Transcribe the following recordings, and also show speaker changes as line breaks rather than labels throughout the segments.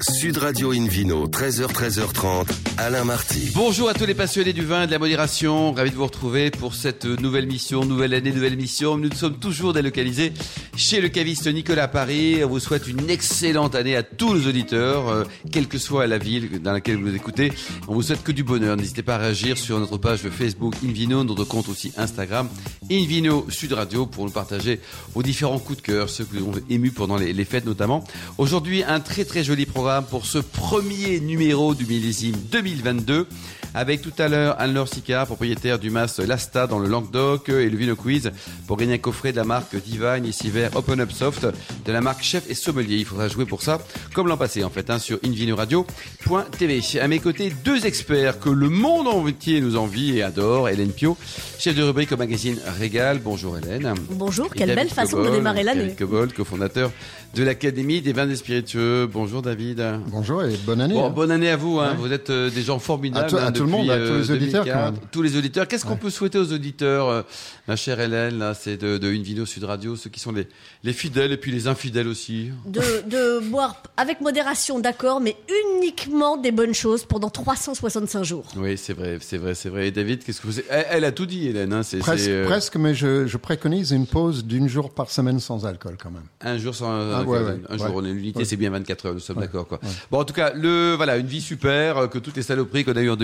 Sud Radio Invino, 13h, 13h30, Alain Marty.
Bonjour à tous les passionnés du vin et de la modération. Ravi de vous retrouver pour cette nouvelle mission, nouvelle année, nouvelle mission. Nous sommes toujours délocalisés chez le caviste Nicolas à Paris. On vous souhaite une excellente année à tous les auditeurs, euh, quelle que soit la ville dans laquelle vous écoutez. On vous souhaite que du bonheur. N'hésitez pas à réagir sur notre page Facebook Invino, notre compte aussi Instagram Invino Sud Radio pour nous partager vos différents coups de cœur, ceux que vous avez émus pendant les, les fêtes notamment. Aujourd'hui, un très très joli programme pour ce premier numéro du millésime 2022. Avec tout à l'heure Anne-Laure Sicard, propriétaire du Mas Lasta dans le Languedoc et le Vino Quiz pour gagner un coffret de la marque Divine ici vers Open Up Soft de la marque Chef et Sommelier. Il faudra jouer pour ça comme l'an passé en fait hein, sur invinoradio.tv. À mes côtés, deux experts que le monde entier nous envie et adore. Hélène Pio, chef de rubrique au magazine Régal. Bonjour Hélène.
Bonjour, et quelle David belle Cobol, façon de démarrer l'année.
David cofondateur de l'Académie des vins des spiritueux. Bonjour David.
Bonjour et bonne année.
Bon, bonne année à vous. Hein. Ouais. Vous êtes euh, des gens formidables.
À, tout, à
hein,
tout le monde, à tous les
2004,
auditeurs.
quand même. Tous les auditeurs. Qu'est-ce qu'on ouais. peut souhaiter aux auditeurs, euh, ma chère Hélène là, C'est de, de, Une Vidéo Sud Radio, ceux qui sont les, les fidèles et puis les infidèles aussi.
De, de boire avec modération, d'accord, mais uniquement des bonnes choses pendant 365 jours.
Oui, c'est vrai, c'est vrai, c'est vrai. Et David, qu'est-ce que vous. Elle, elle a tout dit, Hélène. Hein, c'est,
presque,
c'est,
euh... presque, mais je, je, préconise une pause d'une jour par semaine sans alcool quand même.
Un jour sans ah, alcool. Ouais, un jour, on est l'unité, c'est bien 24 heures, nous sommes d'accord. Quoi. Ouais. Bon, en tout cas, le voilà, une vie super euh, que toutes les saloperies qu'on a eues en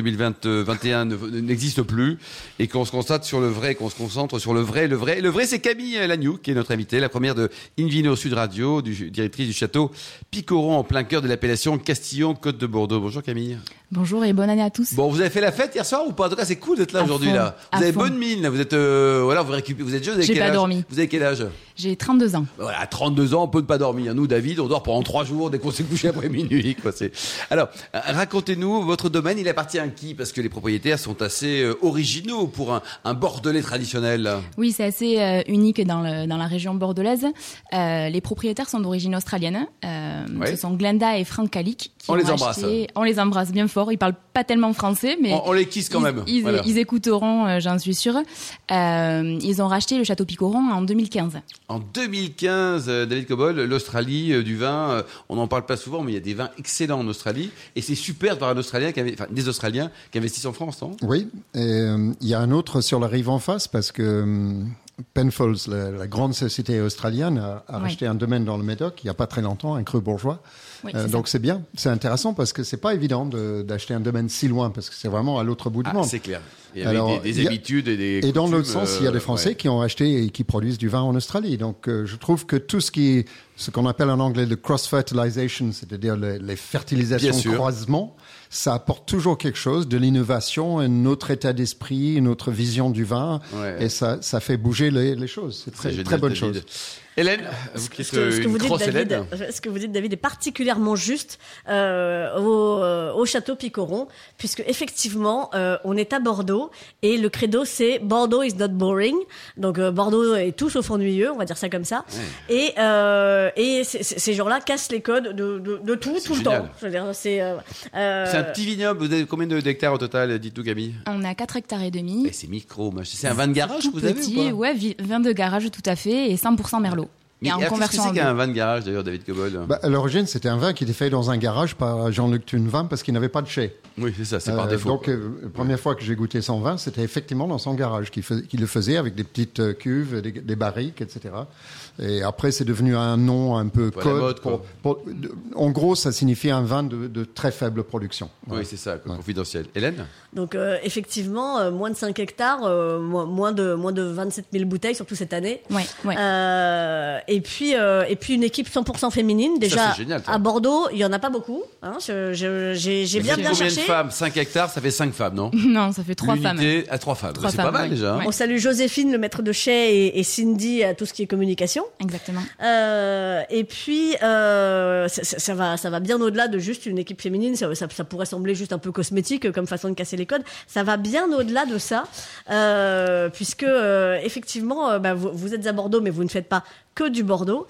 2021 n'existent plus et qu'on se constate sur le vrai, qu'on se concentre sur le vrai, le vrai. Le vrai, c'est Camille Lagnou qui est notre invitée, la première de Invino Sud Radio, du, directrice du château Picoron en plein cœur de l'appellation Castillon Côte de Bordeaux. Bonjour Camille.
Bonjour et bonne année à tous.
Bon, vous avez fait la fête hier soir ou pas En tout cas, c'est cool d'être là à aujourd'hui. Fond, là, vous avez fond. bonne mine. Là. Vous êtes euh, voilà, vous récupérez, vous êtes jeune. Vous avez
J'ai
quel
pas
âge
dormi.
Vous avez quel âge
J'ai 32 ans.
Bah Voilà, à 32 ans, on peut ne pas dormir. Nous, David, on dort pendant trois jours dès qu'on s'est couché après minuit. Quoi. C'est... Alors, euh, racontez-nous votre domaine. Il appartient à qui Parce que les propriétaires sont assez euh, originaux pour un, un, bordelais traditionnel.
Oui, c'est assez euh, unique dans, le, dans, la région bordelaise. Euh, les propriétaires sont d'origine australienne. Oui. Ce sont Glenda et Frank Kalik.
on les embrasse. Acheté...
On les embrasse bien fort. Ils parlent pas tellement français, mais
on, on les kiss quand
ils,
même.
Ils, voilà. ils écouteront, euh, j'en suis sûre. Euh, ils ont racheté le château Picoron en 2015.
En 2015, euh, David Cobol, l'Australie euh, du vin. on n'en parle pas souvent, mais il y a des vins excellents en Australie, et c'est super de voir un Australien qui avait, enfin, des Australiens qui investissent en France, non
Oui. euh, Il y a un autre sur la rive en face parce que. euh, Penfolds, la, la, grande société australienne, a, a oui. racheté un domaine dans le Médoc il n'y a pas très longtemps, un creux bourgeois. Oui, c'est euh, donc c'est bien, c'est intéressant parce que c'est pas évident de, d'acheter un domaine si loin parce que c'est vraiment à l'autre bout du
ah,
monde.
C'est clair. Et avec Alors, des, des a, habitudes et des.
Et
coutumes, euh,
dans l'autre sens, il y a des Français ouais. qui ont acheté et qui produisent du vin en Australie. Donc euh, je trouve que tout ce qui, ce qu'on appelle en anglais le cross-fertilisation, c'est-à-dire les, les fertilisations croisement, ça apporte toujours quelque chose, de l'innovation, un autre état d'esprit, une autre vision du vin, ouais. et ça, ça fait bouger les, les choses. C'est très, c'est très bonne David. chose.
Hélène, vous qui êtes ce, une grosse Hélène.
Ce que vous dites, David, est particulièrement juste euh, au, euh, au, château Picoron, puisque effectivement, euh, on est à Bordeaux et le credo, c'est Bordeaux is not boring. Donc euh, Bordeaux est tout sauf ennuyeux, on va dire ça comme ça. Ouais. Et, et c'est, c'est, ces gens-là cassent les codes de, de, de tout, c'est tout génial. le temps. Je veux dire, c'est, euh,
c'est un petit vignoble. Vous avez combien d'hectares au total, dites-nous, Camille
On a 4 hectares et demi.
Et c'est micro, c'est un vin de garage
tout
que vous avez
petit,
ou
ouais, 20 de garage tout à fait et 100% merlot. Ouais.
Mais en conversion. Qu'est-ce que c'est qu'un vin de garage d'ailleurs, David Cobol
bah, À l'origine, c'était un vin qui était fait dans un garage par Jean-Luc Thunevin parce qu'il n'avait pas de chai.
Oui, c'est ça, c'est par défaut.
Euh, donc, euh, la première ouais. fois que j'ai goûté son vin, c'était effectivement dans son garage qu'il, fais, qu'il le faisait avec des petites euh, cuves, des, des, barriques, etc. Et après, c'est devenu un nom un peu
pour
code.
Mode, pour,
pour, en gros, ça signifie un vin de, de très faible production.
Voilà. Oui, c'est ça, ouais. confidentiel. Hélène
Donc, euh, effectivement, moins de 5 hectares, euh, moins, de, moins de 27 000 bouteilles, surtout cette année.
Oui, oui
Euh,
et puis euh, et puis une équipe 100% féminine déjà
ça, génial,
à Bordeaux il y en a pas beaucoup hein, je, je, j'ai, j'ai bien bien
combien
cherché
de femmes 5 hectares ça fait 5 femmes non
non ça fait 3
L'unité femmes à 3 femmes
trois
c'est
femmes,
pas mal
oui.
déjà hein.
on salue Joséphine le maître de chez et, et, Cindy à tout ce qui est communication
exactement
euh, et puis euh, ça, ça, va ça va bien au-delà de juste une équipe féminine ça, ça, ça, pourrait sembler juste un peu cosmétique euh, comme façon de casser les codes ça va bien au-delà de euh, ça puisque effectivement bah, vous, vous êtes à Bordeaux mais vous ne faites pas que du Bordeaux.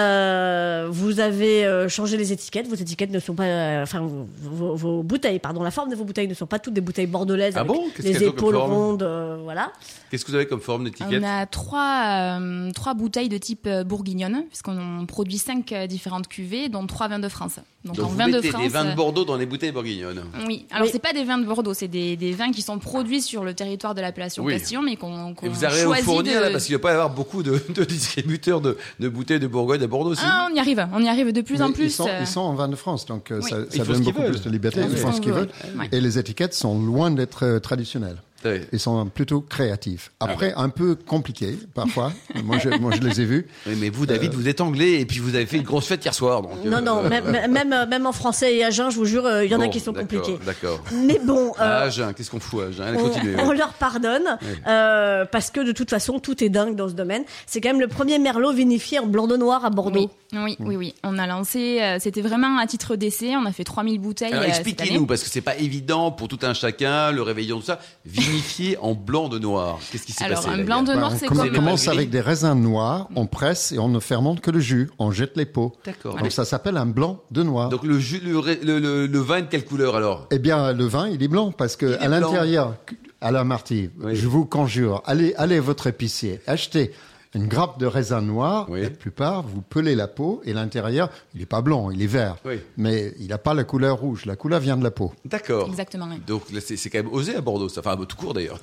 Euh, vous avez euh, changé les étiquettes. Vos étiquettes ne sont pas, euh, enfin, vos, vos- vos bouteilles, pardon, la forme de vos bouteilles ne sont pas toutes des bouteilles bordelaises
Ah
avec
bon Qu'est-ce qu'elles
les
ont comme
épaules
forme
rondes, euh, voilà.
Qu'est-ce que vous avez comme forme d'étiquette
On a trois, euh, trois bouteilles de type euh, bourguignonne, puisqu'on produit cinq euh, différentes cuvées, dont trois vins de France. Donc,
Donc
en
vous
vin de
mettez
France.
des vins de
euh,
Bordeaux dans les bouteilles bourguignonnes.
Oui, alors
Oui.
c'est pas des vins de Bordeaux, c'est des, des vins qui sont produits sur le territoire de l'appellation
Oui.
Castillon, mais qu'on qu'on
Et vous arrivez à vous
choisit
fournir,
de-
là, parce qu'il ne va pas y avoir beaucoup de, de distributeurs de, de bouteilles de Bourgogne à Bordeaux. si
Ah, on y arrive, on y arrive de plus
Mais
en plus.
Ils sont,
euh,
ils sont en vin de France, donc euh,
oui.
ça,
Ils
ça
font ce
donne
qu'ils
beaucoup
veulent.
plus de liberté.
Ouais,
Ils
ouais.
font ce qu'ils veulent.
Ouais.
Et les étiquettes sont loin d'être euh, traditionnelles.
Ouais.
Ils sont plutôt créatifs.
Ah
Après, un peu compliqués parfois. moi, je, moi, je les ai vus.
Oui, mais vous, David, vous êtes anglais et puis vous avez fait une grosse fête hier soir. Donc, euh,
Non, non, même, même, euh, même en français et à Jeun, je vous jure, euh, il y en a
bon,
qui sont
d'accord,
compliqués.
D'accord.
Mais bon,
Ah,
euh,
Jeun, qu'est-ce qu'on fout à Jeun Allez,
on,
continuez.
on
ouais.
leur pardonne euh, parce que de toute façon, tout est dingue dans ce domaine. C'est quand même le premier merlot vinifié en blanc de noir à
Oui,
Bordeaux.
oui, oui, oui. On a lancé, euh, c'était vraiment à titre d'essai, on a fait 3000 bouteilles.
Alors
euh, cette
expliquez-nous,
année.
parce que c'est pas évident pour tout un chacun, le réveillon, tout ça. Vinifié en blanc de noir. Qu'est-ce qui s'est
Alors,
passé
un
là,
blanc
hier
de
Bah,
noir,
on
c'est
com-
comme.
les
commence
malgré.
avec des raisins noirs, on presse et on ne fermente que le jus. On jette les peaux.
D'accord.
Donc ça s'appelle un blanc de noir.
Donc le, jus- le, ré- le, le- le vin est de quelle couleur alors
Eh bien, le vin, il est blanc parce que
blanc.
à l'intérieur, Alain Marty,
Oui.
je vous conjure, allez, allez à votre épicier, achetez une grappe de raisin noir.
Oui.
La plupart, vous pelez la peau et l'intérieur, il n'est pas blanc, il est vert.
Oui.
Mais il n'a pas la couleur rouge. La couleur vient de la peau.
D'accord.
Exactement, oui.
Donc là, c'est c'est quand même osé à Bordeaux, ça. Enfin, tout court d'ailleurs.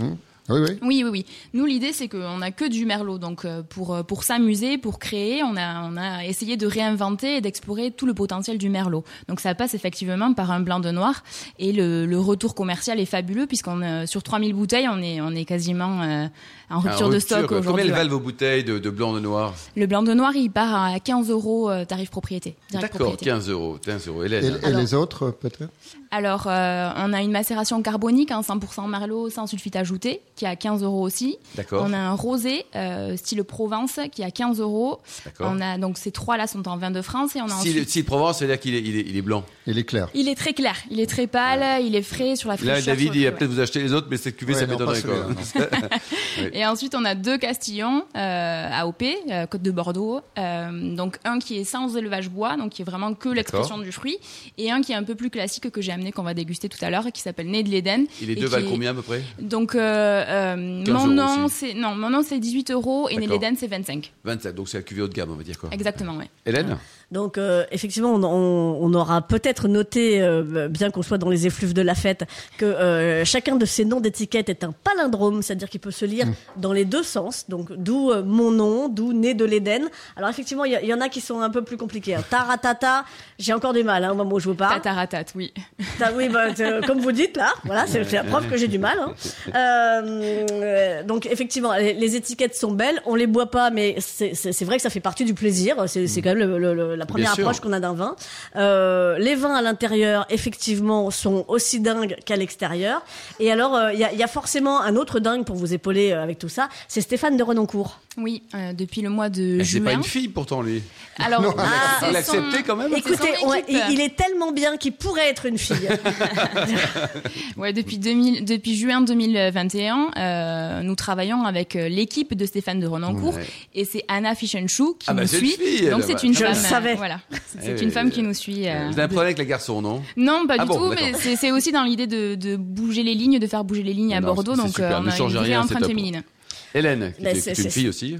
Oui, oui.
Oui, oui, oui. Nous, l'idée, c'est qu'on n'a que du merlot. Donc, euh, pour, euh, pour s'amuser, pour créer, on a, on a essayé de réinventer et d'explorer tout le potentiel du merlot. Donc, ça passe effectivement par un blanc de noir. Et le, le retour commercial est fabuleux, puisqu'on euh, sur 3000 bouteilles, on est, on est quasiment euh, en
Un
rupture de stock
quoi. Combien
aujourd'hui.
elles
ouais.
valent vos bouteilles de, de blanc de noir
Le blanc de noir, il part à 15 euros euh, tarif propriété. direct
D'accord,
propriété.
15 euros. 15 euros.
Et,
Hélène.
et les autres, euh, peut-être
Alors, euh, on a une macération carbonique, hein, 100% merlot, sans sulfite ajouté, qui est à 15 euros aussi.
hein, D'accord.
On a un rosé, euh, style Provence, qui est à 15 euros.
D'accord.
On a donc ces trois-là sont en vin de France et on a
Si le,
ensuite.
si le Provence, c'est-à-dire qu'il est, il est, il est blanc.
Il est clair.
Il est très clair, il est très pâle, il est frais sur la fraîcheur.
Là,
sur
David,
le
il a
feu, ouais.
peut-être vous acheter les autres, mais cette cuvée,
Ouais,
ça
non,
m'étonnerait
pas
quoi.
Et ensuite, on a deux Castillons euh, AOP, euh, Côte de Bordeaux. Euh, donc, un qui est sans élevage bois, donc qui est vraiment que l'expression du fruit. Et un qui est un peu plus classique que j'ai amené, qu'on va déguster tout à l'heure, qui s'appelle Né de l'Éden.
Et les
et
deux
qui
valent
est-
combien à peu près
Donc, euh, euh,
15
mon,
euros
nom,
aussi.
c'est, non, mon nom, c'est 18 euros et Né de
D'accord.
l'Éden, c'est 25.
27, donc c'est la cuvée haut de gamme, on va dire quoi.
Exactement, ouais.
Hélène
Donc euh, effectivement, on, on- on aura peut-être noté, euh, bien qu'on soit dans les effluves de la fête, que euh, chacun de ces noms d'étiquette est un palindrome, c'est-à-dire qu'il peut se
Mm.
lire dans les deux sens. Donc d'où euh, mon nom, d'où né de l'Éden. Alors effectivement, il y a- il y, en a qui sont un peu plus compliqués. hein. Taratata, j'ai encore du mal hein, au moment où je vous parle.
Tataratat, oui.
Ah oui, bah, euh, comme vous dites là, voilà, c'est c'est la preuve que j'ai du mal. hein. Euh, euh, donc effectivement, les, les étiquettes sont belles, on les boit pas, mais c'est- c'est c'est vrai que ça fait partie du plaisir. C'est c'est quand même le- le- le- la première
sûr.
approche qu'on a d'un vin. Euh, les vins à l'intérieur, effectivement, sont aussi dingues qu'à l'extérieur. Et alors, euh, il y, a, il y a forcément un autre dingue pour vous épauler euh, avec tout ça. C'est Stéphane de Renoncourt.
Oui, euh, depuis le mois de
Eh, C'est
juin.
pas une fille pourtant, lui.
Alors, ah,
Non,
Vous
c'est son-
l'acceptez quand même
C'est son
Écoutez, on-
équipe.
il, il est tellement bien qu'il pourrait être une fille.
Ouais, depuis, 2000, depuis juin 2021, euh, nous travaillons avec euh, l'équipe de Stéphane de Renoncourt
Ouais.
et c'est Anna Fischenchou qui
Ah bah,
nous
c'est une
suit.
fille, elle,
Donc
bah.
c'est une
Je le
femme. euh,
savais.
voilà, c'est
Eh
c'est
oui,
une femme
euh,
qui nous suit. euh,
Vous avez un problème avec les garçons, non
Non, pas
Ah
du
bon,
tout, mais
d'accord.
c'est c'est aussi dans l'idée de, de bouger les lignes, de faire bouger les lignes à
Non,
Bordeaux.
c'est
Donc
super,
euh,
ne
on a une
change
vraie
rien, c'est
empreinte
top.
féminine.
Hélène, qui
Bah,
est,
c'est-
qui est une
c'est-
fille aussi.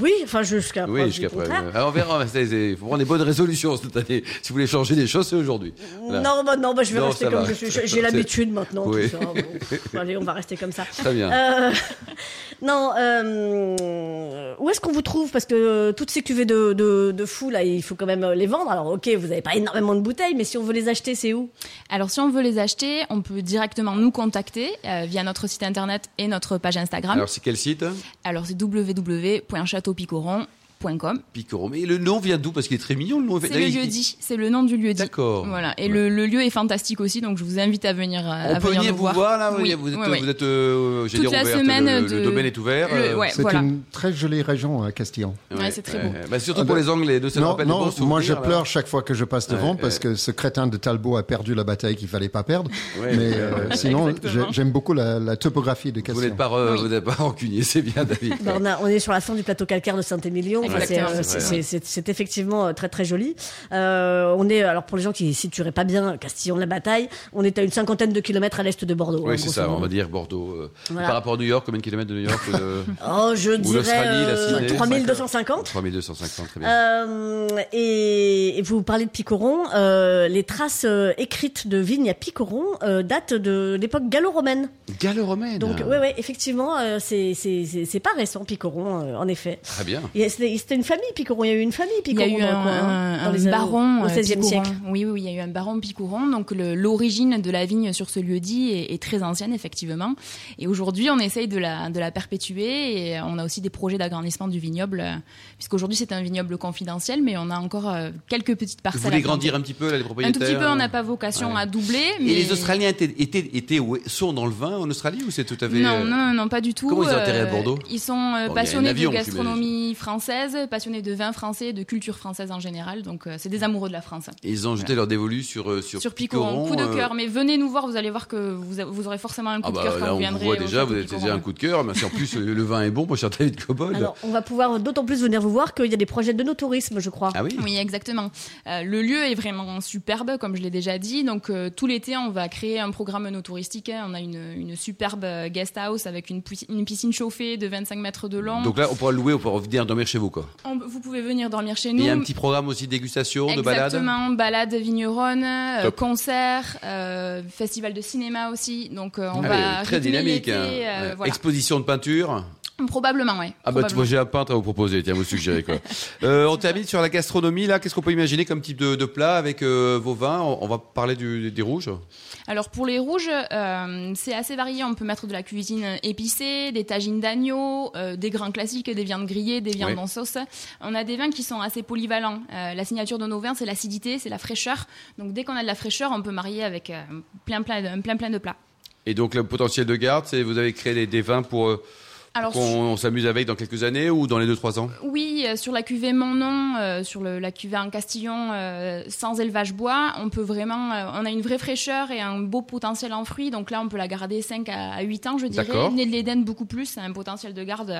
oui, enfin jusqu'à preuve
Oui,
du
jusqu'à preuve.
contraire.
Alors, on verra, il faut prendre des bonnes résolutions cette année. Si vous voulez changer des choses, c'est aujourd'hui. Voilà.
Non, bah, non bah, je vais
Non,
rester
ça
comme
va.
je suis. J'ai-
C'est-
J'ai l'habitude maintenant. tout
Oui.
ça. Bon, allez, on va rester comme ça.
Très bien.
Euh, non, euh, où est-ce qu'on vous trouve Parce que euh, toutes ces cuvées de, de, de fous, là, il faut quand même euh, les vendre. Alors, ok, vous n'avez pas énormément de bouteilles, mais si on veut les acheter, c'est où
Alors, si on veut les acheter, on peut directement nous contacter euh, via notre site internet et notre page Instagram.
Alors, c'est quel site
Alors, c'est www.chateaupicoron.com.
Picoron. Mais le nom vient d'où Parce qu'il est très mignon, le nom.
C'est le
D'ailleurs, il-
lieu-dit, c'est le nom du lieu-dit.
D'accord.
Voilà. Et le, le lieu est fantastique aussi, donc je vous invite à venir, euh, à
On peut
venir
venir
nous
vous voir, là
Oui,
Vous êtes,
oui, oui.
vous êtes euh, j'allais dire
Toute la
ouverte,
semaine
le, le- le
de-
domaine est ouvert.
Le-
euh,
ouais.
C'est
voilà.
une très jolie région, à Castillon.
Ouais, c'est très beau.
Bah, surtout pour
Ah,
les Anglais, de ça nous
Non,
rappelle
non,
des bons souvenirs,
moi je
là.
pleure chaque fois que je passe devant parce que ce crétin de Talbot a perdu la bataille qu'il fallait pas perdre.
Ouais,
mais
ouais,
euh,
ouais.
sinon,
Exactement.
j'ai- j'aime beaucoup la, la topographie de
Vous
Castillon.
n'êtes pas, euh,
Oui.
vous n'êtes pas rancunier, c'est bien, David.
Bah, on, a- on est sur la fin du plateau calcaire de Saint-Émilion. C'est, euh, c'est, c'est, c'est, c'est effectivement euh, très très joli. Euh, on est, alors pour les gens qui ne situeraient pas bien Castillon-la-Bataille, on est à une cinquantaine de kilomètres à l'est de Bordeaux.
Oui,
hein,
c'est
grosso
ça, on
modo.
va dire Bordeaux. euh,
Voilà.
Par rapport à New York, combien de kilomètres de New York euh,
Oh, je dirais
l'Australie, la
euh,
Sydney,
3250.
3250, très bien.
Euh, et, et vous parlez de Picoron. euh, les traces euh, écrites de vignes à Picoron euh, datent de l'époque gallo-romaine.
Euh,
Gallo-romaine.
Donc, ouais, ouais, effectivement, euh, c'est, c'est, c'est, c'est pas récent, Picoron, euh, en effet.
Très bien.
Ah,
Il y a- C'était c'était une famille, Picoron. Il y a eu une famille,
Il y
Picoron.
a eu
dans le
un,
coin, hein,
un-
dans
un
les années-
baron
au
euh,
16e
Picouron.
siècle.
Oui, oui, oui, il y a eu un baron Picouron. Donc le- l'origine de la vigne sur ce lieu-dit est, est très ancienne, effectivement. Et aujourd'hui, on essaye de la, de la perpétuer. Et on a aussi des projets d'agrandissement du vignoble, euh, puisqu'aujourd'hui c'est un vignoble confidentiel, mais on a encore euh, quelques petites
Vous
parcelles. à
voulez
planter.
grandir un petit peu, là, les
Un
propriétaires
tout petit peu, on n'a pas vocation
Ouais.
à doubler. Mais...
Et les Australiens étaient, étaient, étaient- ouais, sont dans le vin en Australie ou c'est tout à fait.
Non,
euh,
non, non, pas du tout.
Comment ils ont atterri à Bordeaux
Ils sont
Bon,
euh,
il y a
passionnés
un avion,
de gastronomie
j'imagine.
française, passionnés de vin français, de culture française en général. Donc, euh, c'est des amoureux de la France.
Ils ont jeté leur dévolu sur, euh, sur, euh,
Sur Picoron, coup de cœur. Mais venez nous voir, vous allez voir que vous, a- vous aurez forcément un coup
Ah
de
bah
cœur quand
là,
vous
on vous
viendrez.
voit
au
déjà,
château
vous êtes
Picoron.
déjà un coup de cœur. Mais si en plus, euh, le vin est bon, mon cher David Cobold.
Alors, on va pouvoir d'autant plus venir vous voir qu'il y a des projets de nos tourisme, je crois.
ah oui
Oui, exactement. Euh, le lieu est vraiment superbe, comme je l'ai déjà dit. Donc, euh, tout l'été, on va créer un programme no touristique. On a une, une superbe euh, guest house avec une, pui- une piscine chauffée de 25 mètres de long.
Donc là, on pourra le louer, on pourra venir dormir chez vous. Quoi.
On- vous pouvez venir dormir chez
Et
nous.
Il y a un petit programme aussi de dégustation, de balade.
Exactement, balade vigneronne, euh,
Top.
concert, euh, festival de cinéma aussi. Donc euh, on
Ah
va
oui, très
rythmer
dynamique.
l'été,
hein.
euh,
Ouais.
voilà.
Exposition de peinture.
Probablement, ouais.
Ah bah tu
probablement.
vois, j'ai un peintre à vous proposer, tiens, vous suggérez quoi. Euh, on termine sur la gastronomie, là, qu'est-ce qu'on peut imaginer comme type de, de plat avec euh, vos vins on, on va parler du- des rouges.
Alors pour les rouges, euh, c'est assez varié. On peut mettre de la cuisine épicée, des tagines d'agneau, euh, des grands classiques, des viandes grillées, des viandes
Ouais.
en sauce. On a des vins qui sont assez polyvalents. Euh, la signature de nos vins, c'est l'acidité, c'est la fraîcheur. Donc dès qu'on a de la fraîcheur, on peut marier avec euh, plein, plein, de- plein, plein de plats.
Et donc le potentiel de garde, c'est vous avez créé des, des vins pour euh,
Alors
qu'on on s'amuse avec dans quelques années ou dans les 2-3 ans
Oui, euh, sur la cuvée Mon Nom, euh, sur le- la cuvée en Castillon euh, sans élevage bois, on peut vraiment, euh, on a une vraie fraîcheur et un beau potentiel en fruits. Donc là, on peut la garder 5 à 8 ans, je dirais.
D'accord.
Née de l'Éden, beaucoup plus, un potentiel de garde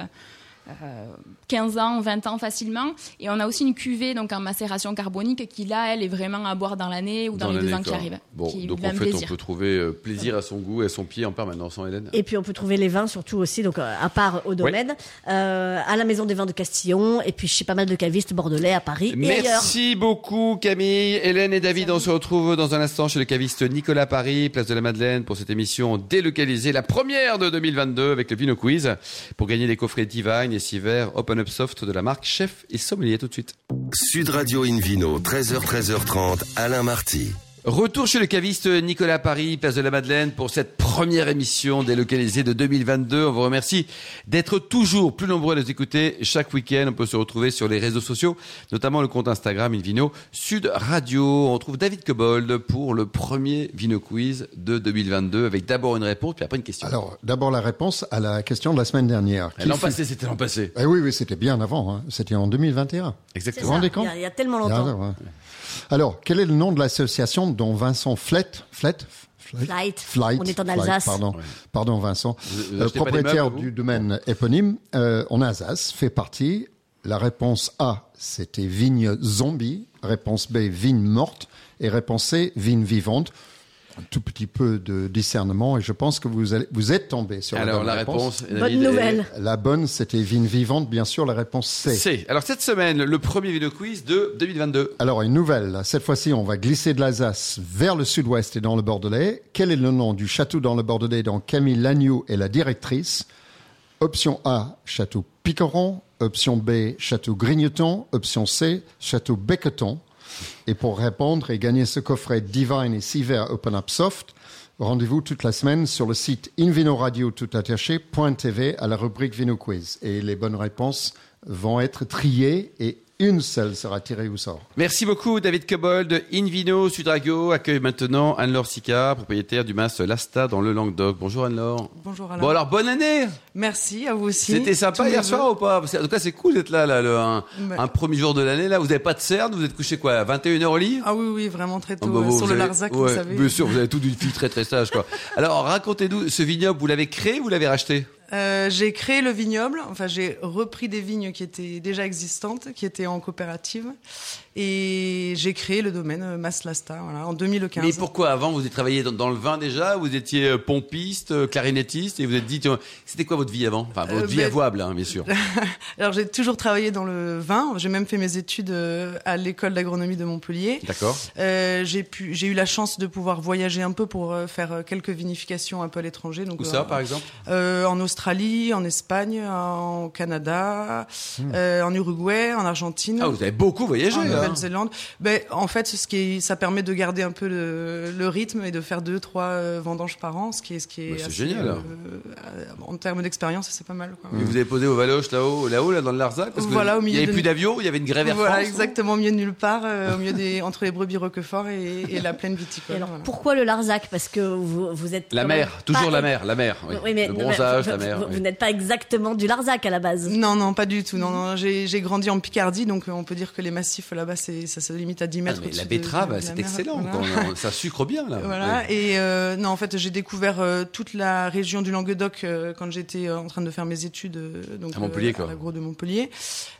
euh, 15 ans, 20 ans facilement. Et on a aussi une cuvée donc en macération carbonique qui là, elle est vraiment à boire dans l'année ou dans, les deux
l'année,
ans qui
quoi.
arrivent.
Bon,
qui
donc
va
en
me
fait, on
plaisir.
peut trouver euh, plaisir à son goût et à son pied en permanence, en Hélène.
Et puis on peut trouver les vins surtout aussi, donc euh, à part au domaine, euh, à la Maison des Vins de Castillon, et puis chez pas mal de cavistes bordelais à Paris et ailleurs.
Merci beaucoup Camille, Hélène et David. On se retrouve dans un instant chez le caviste Nicolas Paris, place de la Madeleine, pour cette émission délocalisée, la première de 2022 avec le Vino Quiz, pour gagner des coffrets Divine et Siver Open Up Soft de la marque Chef et Sommelier tout de suite.
Sud Radio Invino, 13h, 13h30, Alain Marty.
Retour chez le caviste Nicolas Paris, place de la Madeleine, pour cette première émission délocalisée de 2022. On vous remercie d'être toujours plus nombreux à nous écouter chaque week-end. On peut se retrouver sur les réseaux sociaux, notamment le compte Instagram Invino Sud Radio. On retrouve David Cobold pour le premier Vino Quiz de 2022, avec d'abord une réponse, puis après une question.
Alors, d'abord la réponse à la question de la semaine dernière.
Eh,
Qui
l'an
fut-
passé, c'était l'an passé.
Eh oui, oui, c'était bien avant. hein. C'était en 2021.
C'est
Exactement.
ça,
rendez compte
il y a- il y, a tellement
Il y a un
longtemps.
hasard, hein. Alors, quel est le nom de l'association dont Vincent Flett, Flett, Flett
Flight.
Flight,
On est en
Flight,
Alsace.
pardon, pardon Vincent,
Vous- vous
Euh,
achetez pas des
propriétaire
meubles, vous
du domaine éponyme euh, en Alsace, fait partie. La réponse A, c'était vigne zombie. Réponse B, vigne morte. Et réponse C, vigne vivante. Un tout petit peu de discernement et je pense que vous, allez, vous êtes tombé sur
Alors,
bonne
la réponse.
Bonne
David, est-
nouvelle.
La bonne, c'était vigne vivante, bien sûr. La réponse C.
C'est. Alors, cette semaine, le premier Vino Quiz de 2022.
Alors, une nouvelle. Cette fois-ci, on va glisser de l'Alsace vers le sud-ouest et dans le Bordelais. Quel est le nom du château dans le Bordelais dont Camille Lagnou est la directrice Option A, château Picoron. Option B, château Grignoton. Option C, château Becqueton. Et pour répondre et gagner ce coffret Divine et Siver Open Up Soft, rendez-vous toute la semaine sur le site invinoradio.tv à la rubrique Vino Quiz. Et les bonnes réponses vont être triées et une seule sera tirée au sort.
Merci beaucoup David Cobold, Invino Sudrago accueille maintenant Anne-Laure Sica, propriétaire du mas Lasta dans le Languedoc. Bonjour Anne-Laure.
Bonjour Alain.
Bon alors bonne année.
Merci à vous aussi.
C'était
Tous
sympa
les
hier
deux.
soir ou pas Parce que, En tout cas c'est cool d'être là, là le- un,
Ouais.
un premier jour de l'année là. Vous n'avez pas de cerne, vous êtes couché quoi à 21h au lit
Ah oui, oui, vraiment très tôt.
Ah bah,
euh,
vous-
sur
vous
le
avez-
Larzac,
ouais,
vous savez.
Bien sûr, vous avez tout d'une fille très très sage quoi. alors racontez-nous ce vignoble, vous l'avez créé, ou vous l'avez racheté
Euh, j'ai créé le vignoble, enfin j'ai repris des vignes qui étaient déjà existantes, qui étaient en coopérative, et j'ai créé le domaine euh, Maslasta voilà, en 2015.
Mais pourquoi avant vous avez travaillé dans, dans le vin déjà Vous étiez euh, pompiste, euh, clarinettiste et vous êtes dit tiens, c'était quoi votre vie avant Enfin votre
Euh,
vie
ben-
avouable hein, bien sûr.
Alors j'ai toujours travaillé dans le vin, j'ai même fait mes études euh, à l'école d'agronomie de Montpellier.
D'accord.
Euh, j'ai pu, j'ai eu la chance de pouvoir voyager un peu pour euh, faire euh, quelques vinifications un peu à l'étranger. Donc
Où
euh,
ça par exemple
euh, En Australie, en Espagne, en Canada, euh, en Uruguay, en Argentine.
Hmm. Ah vous avez beaucoup voyagé.
en
hein.
Nouvelle-Zélande. Ben, en fait, ce qui est- ça permet de garder un peu le, le rythme et de faire deux, trois euh, vendanges par an, ce qui est, ce qui est,
Mais Bah, c'est
assez,
génial. hein. Hmm.
euh, en termes d'expérience, c'est pas mal. Quoi.
Et vous avez posé au Valoche là-haut, là-haut, là, dans le Larzac, parce que
Voilà, au
il n'y
milieu
avait
de-
plus d'avion, il y avait une grève Air
Voilà,
France.
exactement, au milieu de nulle part, euh, au milieu des, entre les brebis roquefort et, et la plaine
Et
viticole.
alors,
voilà.
pourquoi le Larzac Parce que vous, vous êtes.
La
quand même
mer, toujours
pas-
la mer, la mer. oui.
Bah, Oui, mais,
le
non, mais
bronzage,
vous-
la mer.
Vous,
oui.
vous n'êtes pas exactement du Larzac à la base.
Non, non, pas du tout. Non, non, j'ai j'ai grandi en Picardie, donc euh, on peut dire que les massifs là-bas, c'est- ça se limite à 10
Ah,
mètres.
mais la
au-dessus de-
betterave,
de la
c'est
mer.
excellent.
Voilà.
quand on- ça sucre bien là.
Voilà,
Oui.
et euh, non, en fait, j'ai découvert euh, toute la région du Languedoc euh, quand j'étais euh, en train de faire mes études euh, donc,
À Montpellier, quoi.
l'agro de Montpellier.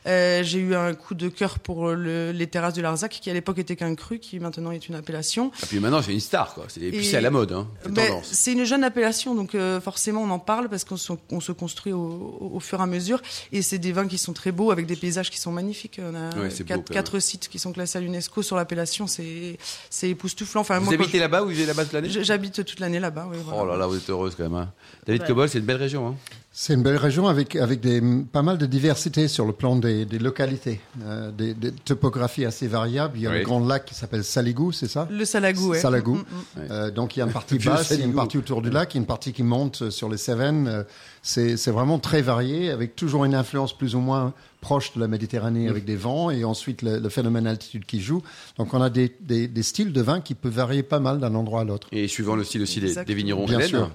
Euh, j'ai eu un coup de cœur pour le- les terrasses de Larzac, qui à l'époque était qu'un cru, qui maintenant est une appellation.
Et Ah, puis maintenant, c'est une star, quoi. C'est- Et puis
Et-
c'est à la mode, hein. C'est
Ben,
tendance.
C'est une jeune appellation, donc euh, forcément on en parle parce qu'on se, on se construit au, au fur et à mesure. Et c'est des vins qui sont très beaux, avec des paysages qui sont magnifiques. On a
Ouais, c'est beau,
quatre,
quand
quatre sites qui sont classés à l'UNESCO sur l'appellation, c'est c'est époustouflant. Enfin,
Vous
moi, quand
habitez là-bas ou vivez là-bas toute
je-
l'année
je- J'habite toute l'année là-bas. oui, voilà.
Oh là là, vous êtes heureuse quand même. hein. David
Ouais.
Cobol, c'est une belle région. Hein.
C'est une belle région avec, avec des, pas mal de diversité sur le plan des, des localités, euh, des, des topographies assez variables. Il y a
Oui.
le grand lac qui s'appelle Saligou, c'est ça
Le Salagou, ouais.
Salagou.
Mm, mm, mm.
Euh, donc il y a une partie
Vieux
basse, il y a une
Saligou.
partie autour du lac, il y a une partie qui monte euh, sur les Cévennes. Euh, C'est c'est vraiment très varié, avec toujours une influence plus ou moins proche de la Méditerranée avec des vents et ensuite le, le phénomène altitude qui joue. Donc on a des, des, des styles de vin qui peuvent varier pas mal d'un endroit à l'autre.
Et suivant le style aussi des, des
Exactement.
vignerons.
Bien
Hélène, hein.
sûr.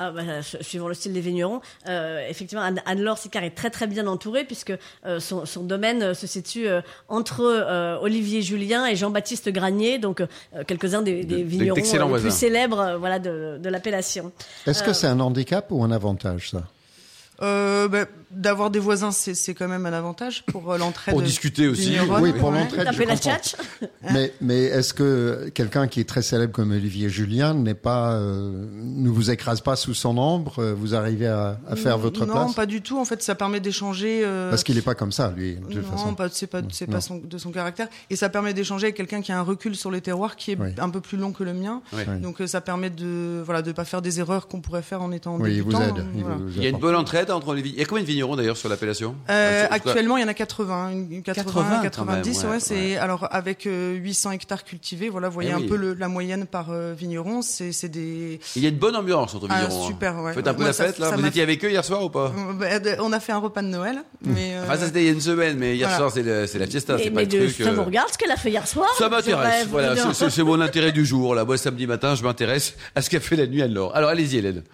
Ah, bah, su- suivant le style des vignerons, euh, effectivement, Anne- Anne-Laure Sicard est très très bien entourée puisque euh, son, son domaine euh, se situe euh, entre euh, Olivier Julien et Jean-Baptiste Granier, donc euh, quelques-uns des,
De-
des
des-
vignerons euh,
d'excellents
les
voisins. Ah,
plus célèbres euh, voilà, de, de l'appellation.
Est-ce
Euh,
que c'est un handicap ou un avantage ça
Euh, bah, D'avoir des voisins, c'est c'est quand même un avantage pour euh, l'entraide.
Pour discuter aussi.
vigneronne,
Oui, pour
ouais.
l'entraide.
Taper
Très bien,
la
je comprends.
tchatche
Mais, mais est-ce que quelqu'un qui est très célèbre comme Olivier Julien n'est pas, euh, ne vous écrase pas sous son ombre euh, Vous arrivez à, à faire votre
non,
place
pas du tout. En fait, ça permet d'échanger. euh,
Parce qu'il n'est pas comme ça, lui, de toute
Non,
façon.
pas- c'est pas, c'est
Mm. Non.
pas son- de son caractère. Et ça permet d'échanger avec quelqu'un qui a un recul sur les terroirs qui est
Oui.
un peu plus long que le mien.
Oui.
Oui.
Donc euh, ça permet de voilà de pas faire des erreurs qu'on pourrait faire en étant
Oui, il vous
débutant.
aide. il
voilà.
vous
Il y a une
apporte.
bonne entraide entre les vignerons. Il y a combien de vignerons d'ailleurs sur l'appellation
Euh,
Parce que-
actuellement, il y en a 80, une- une
80,
80,
quand même,
90,
ouais,
ouais, c'est alors avec euh, 800 hectares cultivés, voilà, vous voyez
Eh
un
oui.
peu le- la moyenne par euh, vigneron, c'est c'est des
Il y a une bonne ambiance entre
Ah,
vignerons. hein.
super, ouais.
Faites un peu
Moi,
la
ça-
fête là.
ça
Vous
m'a
étiez avec eux hier soir ou pas
on a fait un repas de Noël, mais euh,
Enfin, Mmh. Ah, ça c'était il y a une semaine, mais hier
voilà.
soir c'est le- c'est la fiesta,
Et-
c'est pas
mais
le
de-
truc.
ça
euh,
vous regarde ce qu'elle a fait hier soir
Ça
J'aurais
m'intéresse, voilà,
voulu-
c'est- c'est c'est mon intérêt du jour. Là, moi, samedi matin, je m'intéresse à ce qu'a fait la nuit Anne-Laure. Alors, allez-y, Hélène.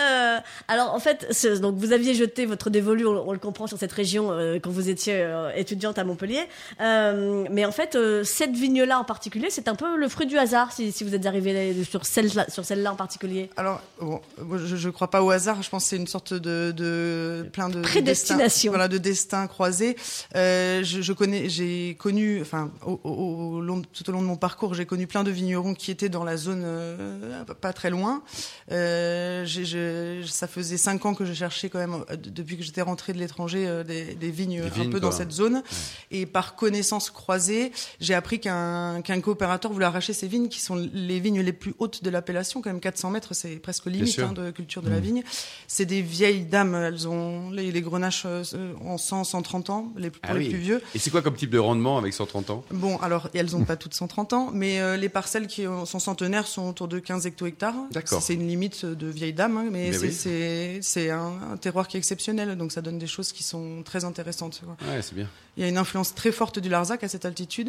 Euh, alors en fait, ce- donc vous aviez jeté votre dévolu, on, on le comprend sur cette région euh, quand vous étiez euh, étudiante à Montpellier. Euh, mais en fait, euh, cette vigne-là en particulier, c'est un peu le fruit du hasard si, si vous êtes arrivé sur celle-là, sur celle-là en particulier.
Alors, bon, moi, je, je crois pas au hasard. Je pense que c'est une sorte de, de plein de
Prédestination.
de destin, voilà, de destin croisé. Euh, je, je connais, j'ai connu, enfin, au, au- au long, de- tout au long de mon parcours, j'ai connu plein de vignerons qui étaient dans la zone euh, pas très loin. Euh, j'ai- je- ça faisait cinq ans que je cherchais quand même, euh, d- depuis que j'étais rentrée de l'étranger, euh, des, des vignes
Des
un
vignes,
peu
quoi.
dans cette zone. Et par connaissance croisée, j'ai appris qu'un qu'un coopérateur voulait arracher ses vignes, qui sont les vignes les plus hautes de l'appellation, quand même 400 mètres, c'est presque limite
sûr. Mmh.
hein, de culture de la vigne. C'est des vieilles dames, elles ont les, les grenaches euh, ont 100, 130 ans, les plus, Ah, pour
Ah
les plus vieux.
Et c'est quoi comme type de rendement avec 130 ans
Bon, alors elles n'ont pas toutes 130 ans, mais euh, les parcelles qui ont- sont centenaires sont autour de 15 hecto-hectares.
D'accord.
C'est une limite de vieilles dames, hein, mais
Ben
c'est
oui.
c'est- c'est un, un terroir qui est exceptionnel, donc ça donne des choses qui sont très intéressantes. quoi.
Ouais, c'est bien.
Il y a une influence très forte du Larzac à cette altitude,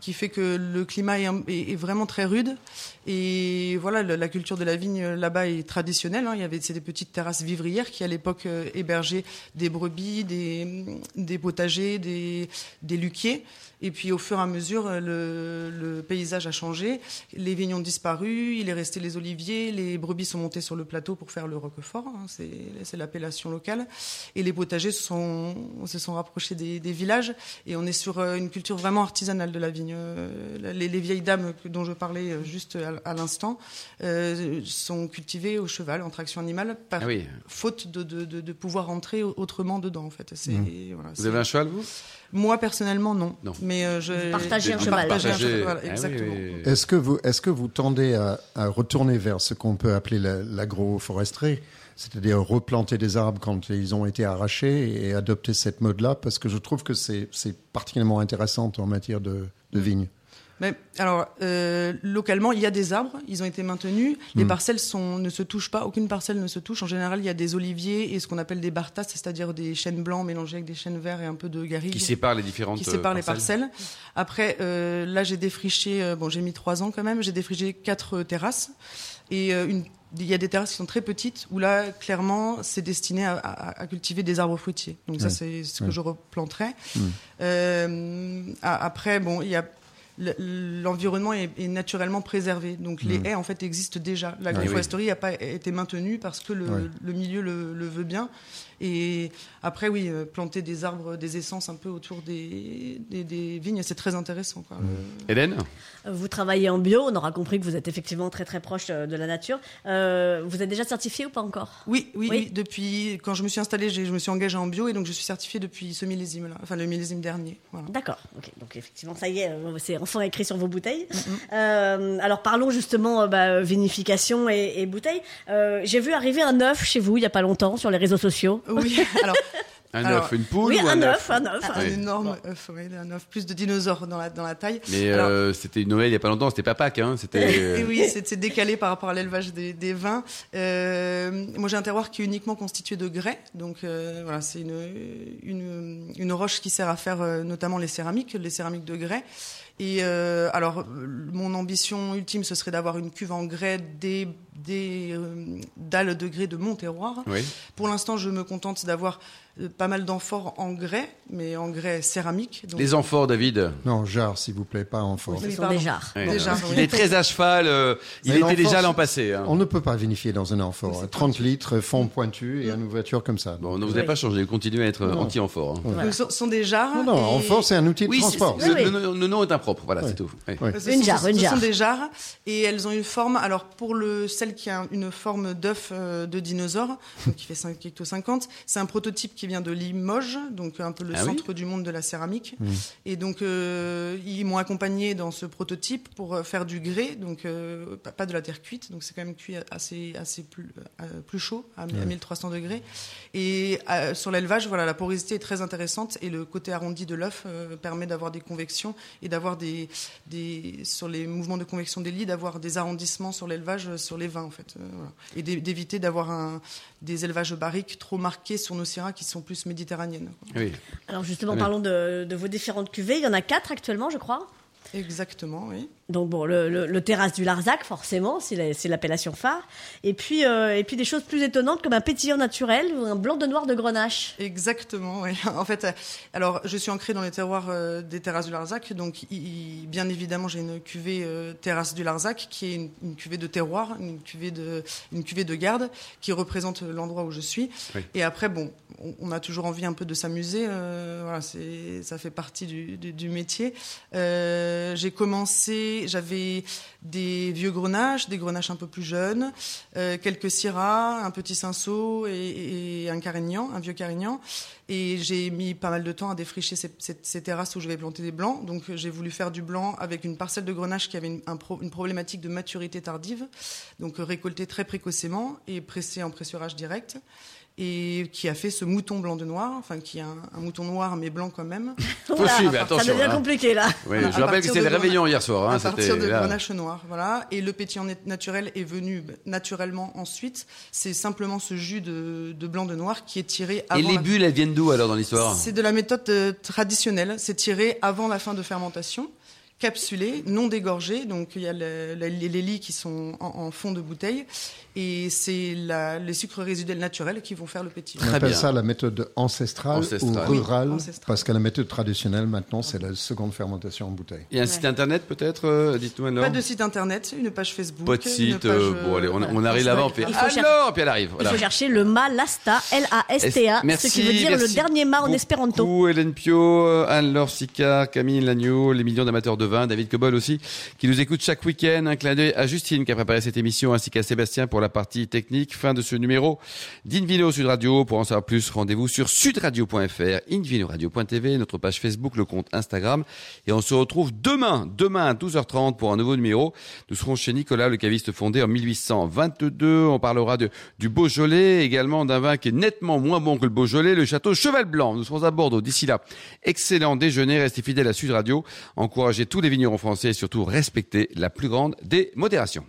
qui fait que le climat est, un- est- est vraiment très rude. Et voilà, le- la culture de la vigne euh, là-bas est traditionnelle. hein. Il y avait c'est des petites terrasses vivrières qui à l'époque euh, hébergeaient des brebis, des, hmm, des potagers, des, des luquiers. Et puis au fur et à mesure, euh, le, le paysage a changé. Les vignes ont disparu. Il est resté les oliviers. Les brebis sont montées sur le plateau pour faire le roquefort. hein. C'est c'est l'appellation consommation locale. Et les potagers se sont, se sont rapprochés des, des villages. Et on est sur euh, une culture vraiment artisanale de la vigne. Euh, les, les, vieilles dames que, dont je parlais euh, juste à, à l'instant euh, sont cultivées au cheval, en traction animale, par
Ah oui.
faute de, de, de, de pouvoir entrer autrement dedans, en fait. C'est- voilà,
Mmh. Vous
c'est-
avez un cheval, vous
Moi, personnellement, non.
Non.
Mais euh, je...
partagez un
Vous
cheval.
partagez un
Partagé.
cheval, voilà,
Ah oui,
exactement.
oui.
Est-ce que vous, est-ce que vous tendez à, à retourner vers ce qu'on peut appeler la- l'agroforesterie, c'est-à-dire replanter des arbres quand ils ont été arrachés et adopter cette mode-là, parce que je trouve que c'est, c'est particulièrement intéressant en matière de, de vignes.
Mais, alors, euh, localement, il y a des arbres, ils ont été maintenus. Les parcelles sont, ne se touchent pas, aucune parcelle ne se touche. En général, il y a des oliviers et ce qu'on appelle des bartas, c'est-à-dire des chênes blancs mélangés avec des chênes verts et un peu de garrigue.
Qui sépare les différentes
Euh, qui séparent
euh,
les parcelles. Après, euh, là, j'ai défriché, euh, bon, j'ai mis trois ans quand même, j'ai défriché quatre euh, terrasses. Et euh, une- il y a des terrasses qui sont très petites, où là, clairement, c'est destiné à, à- à cultiver des arbres fruitiers. Donc ça,
Ouais.
c'est ce
Ouais.
que je replanterai. Euh, a- après, bon, il y a... l- L'environnement est, est naturellement préservé, donc les
Mm.
haies en fait existent déjà. L'agroforesterie n'a pas été maintenue parce que le,
Ah Ouais.
le milieu le, le veut bien. Et après, oui, euh, planter des arbres, des essences un peu autour des, des, des vignes, c'est très intéressant. Quoi.
Mm.
Hélène
Euh, Vous travaillez en bio, on aura compris que vous êtes effectivement très très proche euh, de la nature. Euh, vous êtes déjà certifié ou pas encore
Oui, oui,
Oui.
oui, Depuis quand je me suis installée, j'ai- je me suis engagée en bio et donc je suis certifiée depuis ce millésime-là, enfin le millésime dernier. Voilà.
D'accord, ok. Donc effectivement, ça y est, euh, c'est enfin écrit sur vos bouteilles. Euh, alors parlons justement euh, bah, vinification et, et bouteilles. Euh, J'ai vu arriver un œuf chez vous il y a pas longtemps sur les réseaux sociaux.
Oui, alors
Oh, Un
Alors,
œuf, une poule
oui,
ou
un œuf, un œuf.
un
Oui.
énorme œuf, oui, un œuf, plus de dinosaures dans la, dans la taille.
Mais
Alors,
euh, c'était Noël il n'y a pas longtemps, c'était pas Pâques, hein, c'était... euh,
Et oui, c'est c'est décalé par rapport à l'élevage des, des vins. Euh, moi, j'ai un terroir qui est uniquement constitué de grès. Donc, euh, voilà, c'est une, une, une roche qui sert à faire euh, notamment les céramiques, les céramiques de grès. Et euh, alors, euh, mon ambition ultime, ce serait d'avoir une cuve en grès des, des euh, dalles de grès de mon terroir.
oui.
Pour l'instant, je me contente d'avoir euh, pas mal d'amphores en grès, mais en grès céramique. Donc,
Les amphores, David.
Non, jarre, s'il vous plaît, pas en forêt.
Ce
Oui,
sont
pardon.
des jarres.
Ouais,
Déjà,
alors,
oui.
il est très à cheval, euh, il
Mais
était déjà
l'amphore,
l'an passé. hein.
On ne peut pas vinifier dans un amphore.
c'est
30 litres, fond pointu et une ouverture comme ça.
Mm. Bon, non, vous n'avez pas changé, continuez à être
Non.
anti-amphore. hein.
Ouais.
Voilà.
donc, ce sont des jarres.
Non, non,
et-
amphore, c'est un outil de
Ah, Oui, c'est-
transport.
le,
Oui, oui.
le- le- le nom est impropre, voilà, c'est tout. Ouais.
Ouais.
Ce
Une
sont-
jarre,
ce
une
sont
jarre.
des jarres et elles ont une forme. Alors pour le celle qui a une forme d'œuf euh, de dinosaure, donc qui fait 5 hecto 50, c'est un prototype qui vient de Limoges, donc un peu le
Ah oui
centre du monde de la céramique. Et donc euh, ils m'ont accompagné dans ce prototype pour euh, faire du grès, donc euh, pas- pas de la terre cuite, donc c'est quand même cuit assez assez plus euh, plus chaud à, 1300 degrés. Et euh, sur l'élevage, voilà, la porosité est très intéressante et le côté arrondi de l'œuf euh, permet d'avoir des convections et d'avoir des, des sur les mouvements de convection des lits, d'avoir des arrondissements sur l'élevage, euh, sur les vins en fait, Euh, voilà. et d'é- d'éviter d'avoir un, des élevages barriques trop marqués sur nos sierras qui sont plus méditerranéennes. quoi.
Oui.
Alors justement,
Oui.
parlons de, de vos différentes cuvées. Il y en a quatre actuellement, je crois.
Exactement, oui.
Donc bon, le, le- le terrasse du Larzac, forcément, c'est la- c'est l'appellation phare. Et puis, euh, et puis des choses plus étonnantes comme un pétillant naturel ou un blanc de noir de grenache.
Exactement, oui. En fait, euh, alors je suis ancrée dans les terroirs euh, des terrasses du Larzac, donc i- i- bien évidemment j'ai une cuvée euh, terrasse du Larzac qui est une, une cuvée de terroir, une cuvée de, une cuvée de garde qui représente euh, l'endroit où je suis.
Oui.
Et après, bon, on, on a toujours envie un peu de s'amuser, euh, voilà, c'est, ça fait partie du, du, du métier. Euh, j'ai commencé, j'avais des vieux grenaches, des grenaches un peu plus jeunes, euh, quelques syrahs, un petit cinceau et, et un carignan, un vieux carignan. Et j'ai mis pas mal de temps à défricher ces, ces- ces terrasses où je vais planter des blancs. Donc euh, j'ai voulu faire du blanc avec une parcelle de grenache qui avait une, un pro- une problématique de maturité tardive, donc euh, récoltée très précocement et pressée en pressurage direct. Et qui a fait ce mouton blanc de noir, enfin qui est un, un mouton noir mais blanc quand même.
Oula,
Possible,
ça
attention,
devient
hein.
compliqué là.
Oui,
Voilà,
je
à
rappelle que
partir
c'était
de
le réveillon
Grenache.
hier soir. hein,
à partir de
c'était là.
grenache noir, voilà. Et le pétillant net- naturel est venu bah, naturellement ensuite. C'est simplement ce jus de, de blanc de noir qui est tiré avant.
Et les
la-
bulles, elles viennent d'où alors dans l'histoire
C'est de la méthode euh, traditionnelle. C'est tiré avant la fin de fermentation capsulé, non dégorgé. Donc il y a le- le- les les lits qui sont en, en fond de bouteille et c'est la- les sucres résiduels naturels qui vont faire le
On
pétillant.
Très
appelle
bien.
ça la méthode ancestrale,
Ancestrale.
ou rurale,
Oui, ancestrale.
parce que la méthode traditionnelle maintenant, c'est la seconde fermentation en bouteille.
Il y a un site internet peut-être euh, Dites-nous alors.
Pas de site internet, une page Facebook.
Pas de
une
site.
page,
euh,
euh,
bon, allez, on,
voilà,
on arrive avant. Puis,
Instagram.
Il faut chercher.
alors, puis elle arrive.
Il
voilà.
faut chercher le mât Lasta, L-A-S-T-A,
Merci,
ce qui veut dire le
merci
dernier mât en
beaucoup,
espéranto.
Hélène Pio, Anne-Laure Sicard, Camille Lagneau, les millions d'amateurs de vin, David Cobol aussi, qui nous écoute chaque week-end. Un clin d'œil à Justine qui a préparé cette émission, ainsi qu'à Sébastien pour la partie technique. Fin de ce numéro d'Invino Sud Radio. Pour en savoir plus, rendez-vous sur sudradio.fr, invinoradio.tv, notre page Facebook, le compte Instagram. Et on se retrouve demain, demain à 12h30 pour un nouveau numéro. Nous serons chez Nicolas, le caviste fondé en 1822. On parlera de, du Beaujolais, également d'un vin qui est nettement moins bon que le Beaujolais, le château Cheval Blanc. Nous serons à Bordeaux. D'ici là, excellent déjeuner. Restez fidèles à Sud Radio. Encouragez tous les vignerons français et surtout respectez la plus grande des modérations.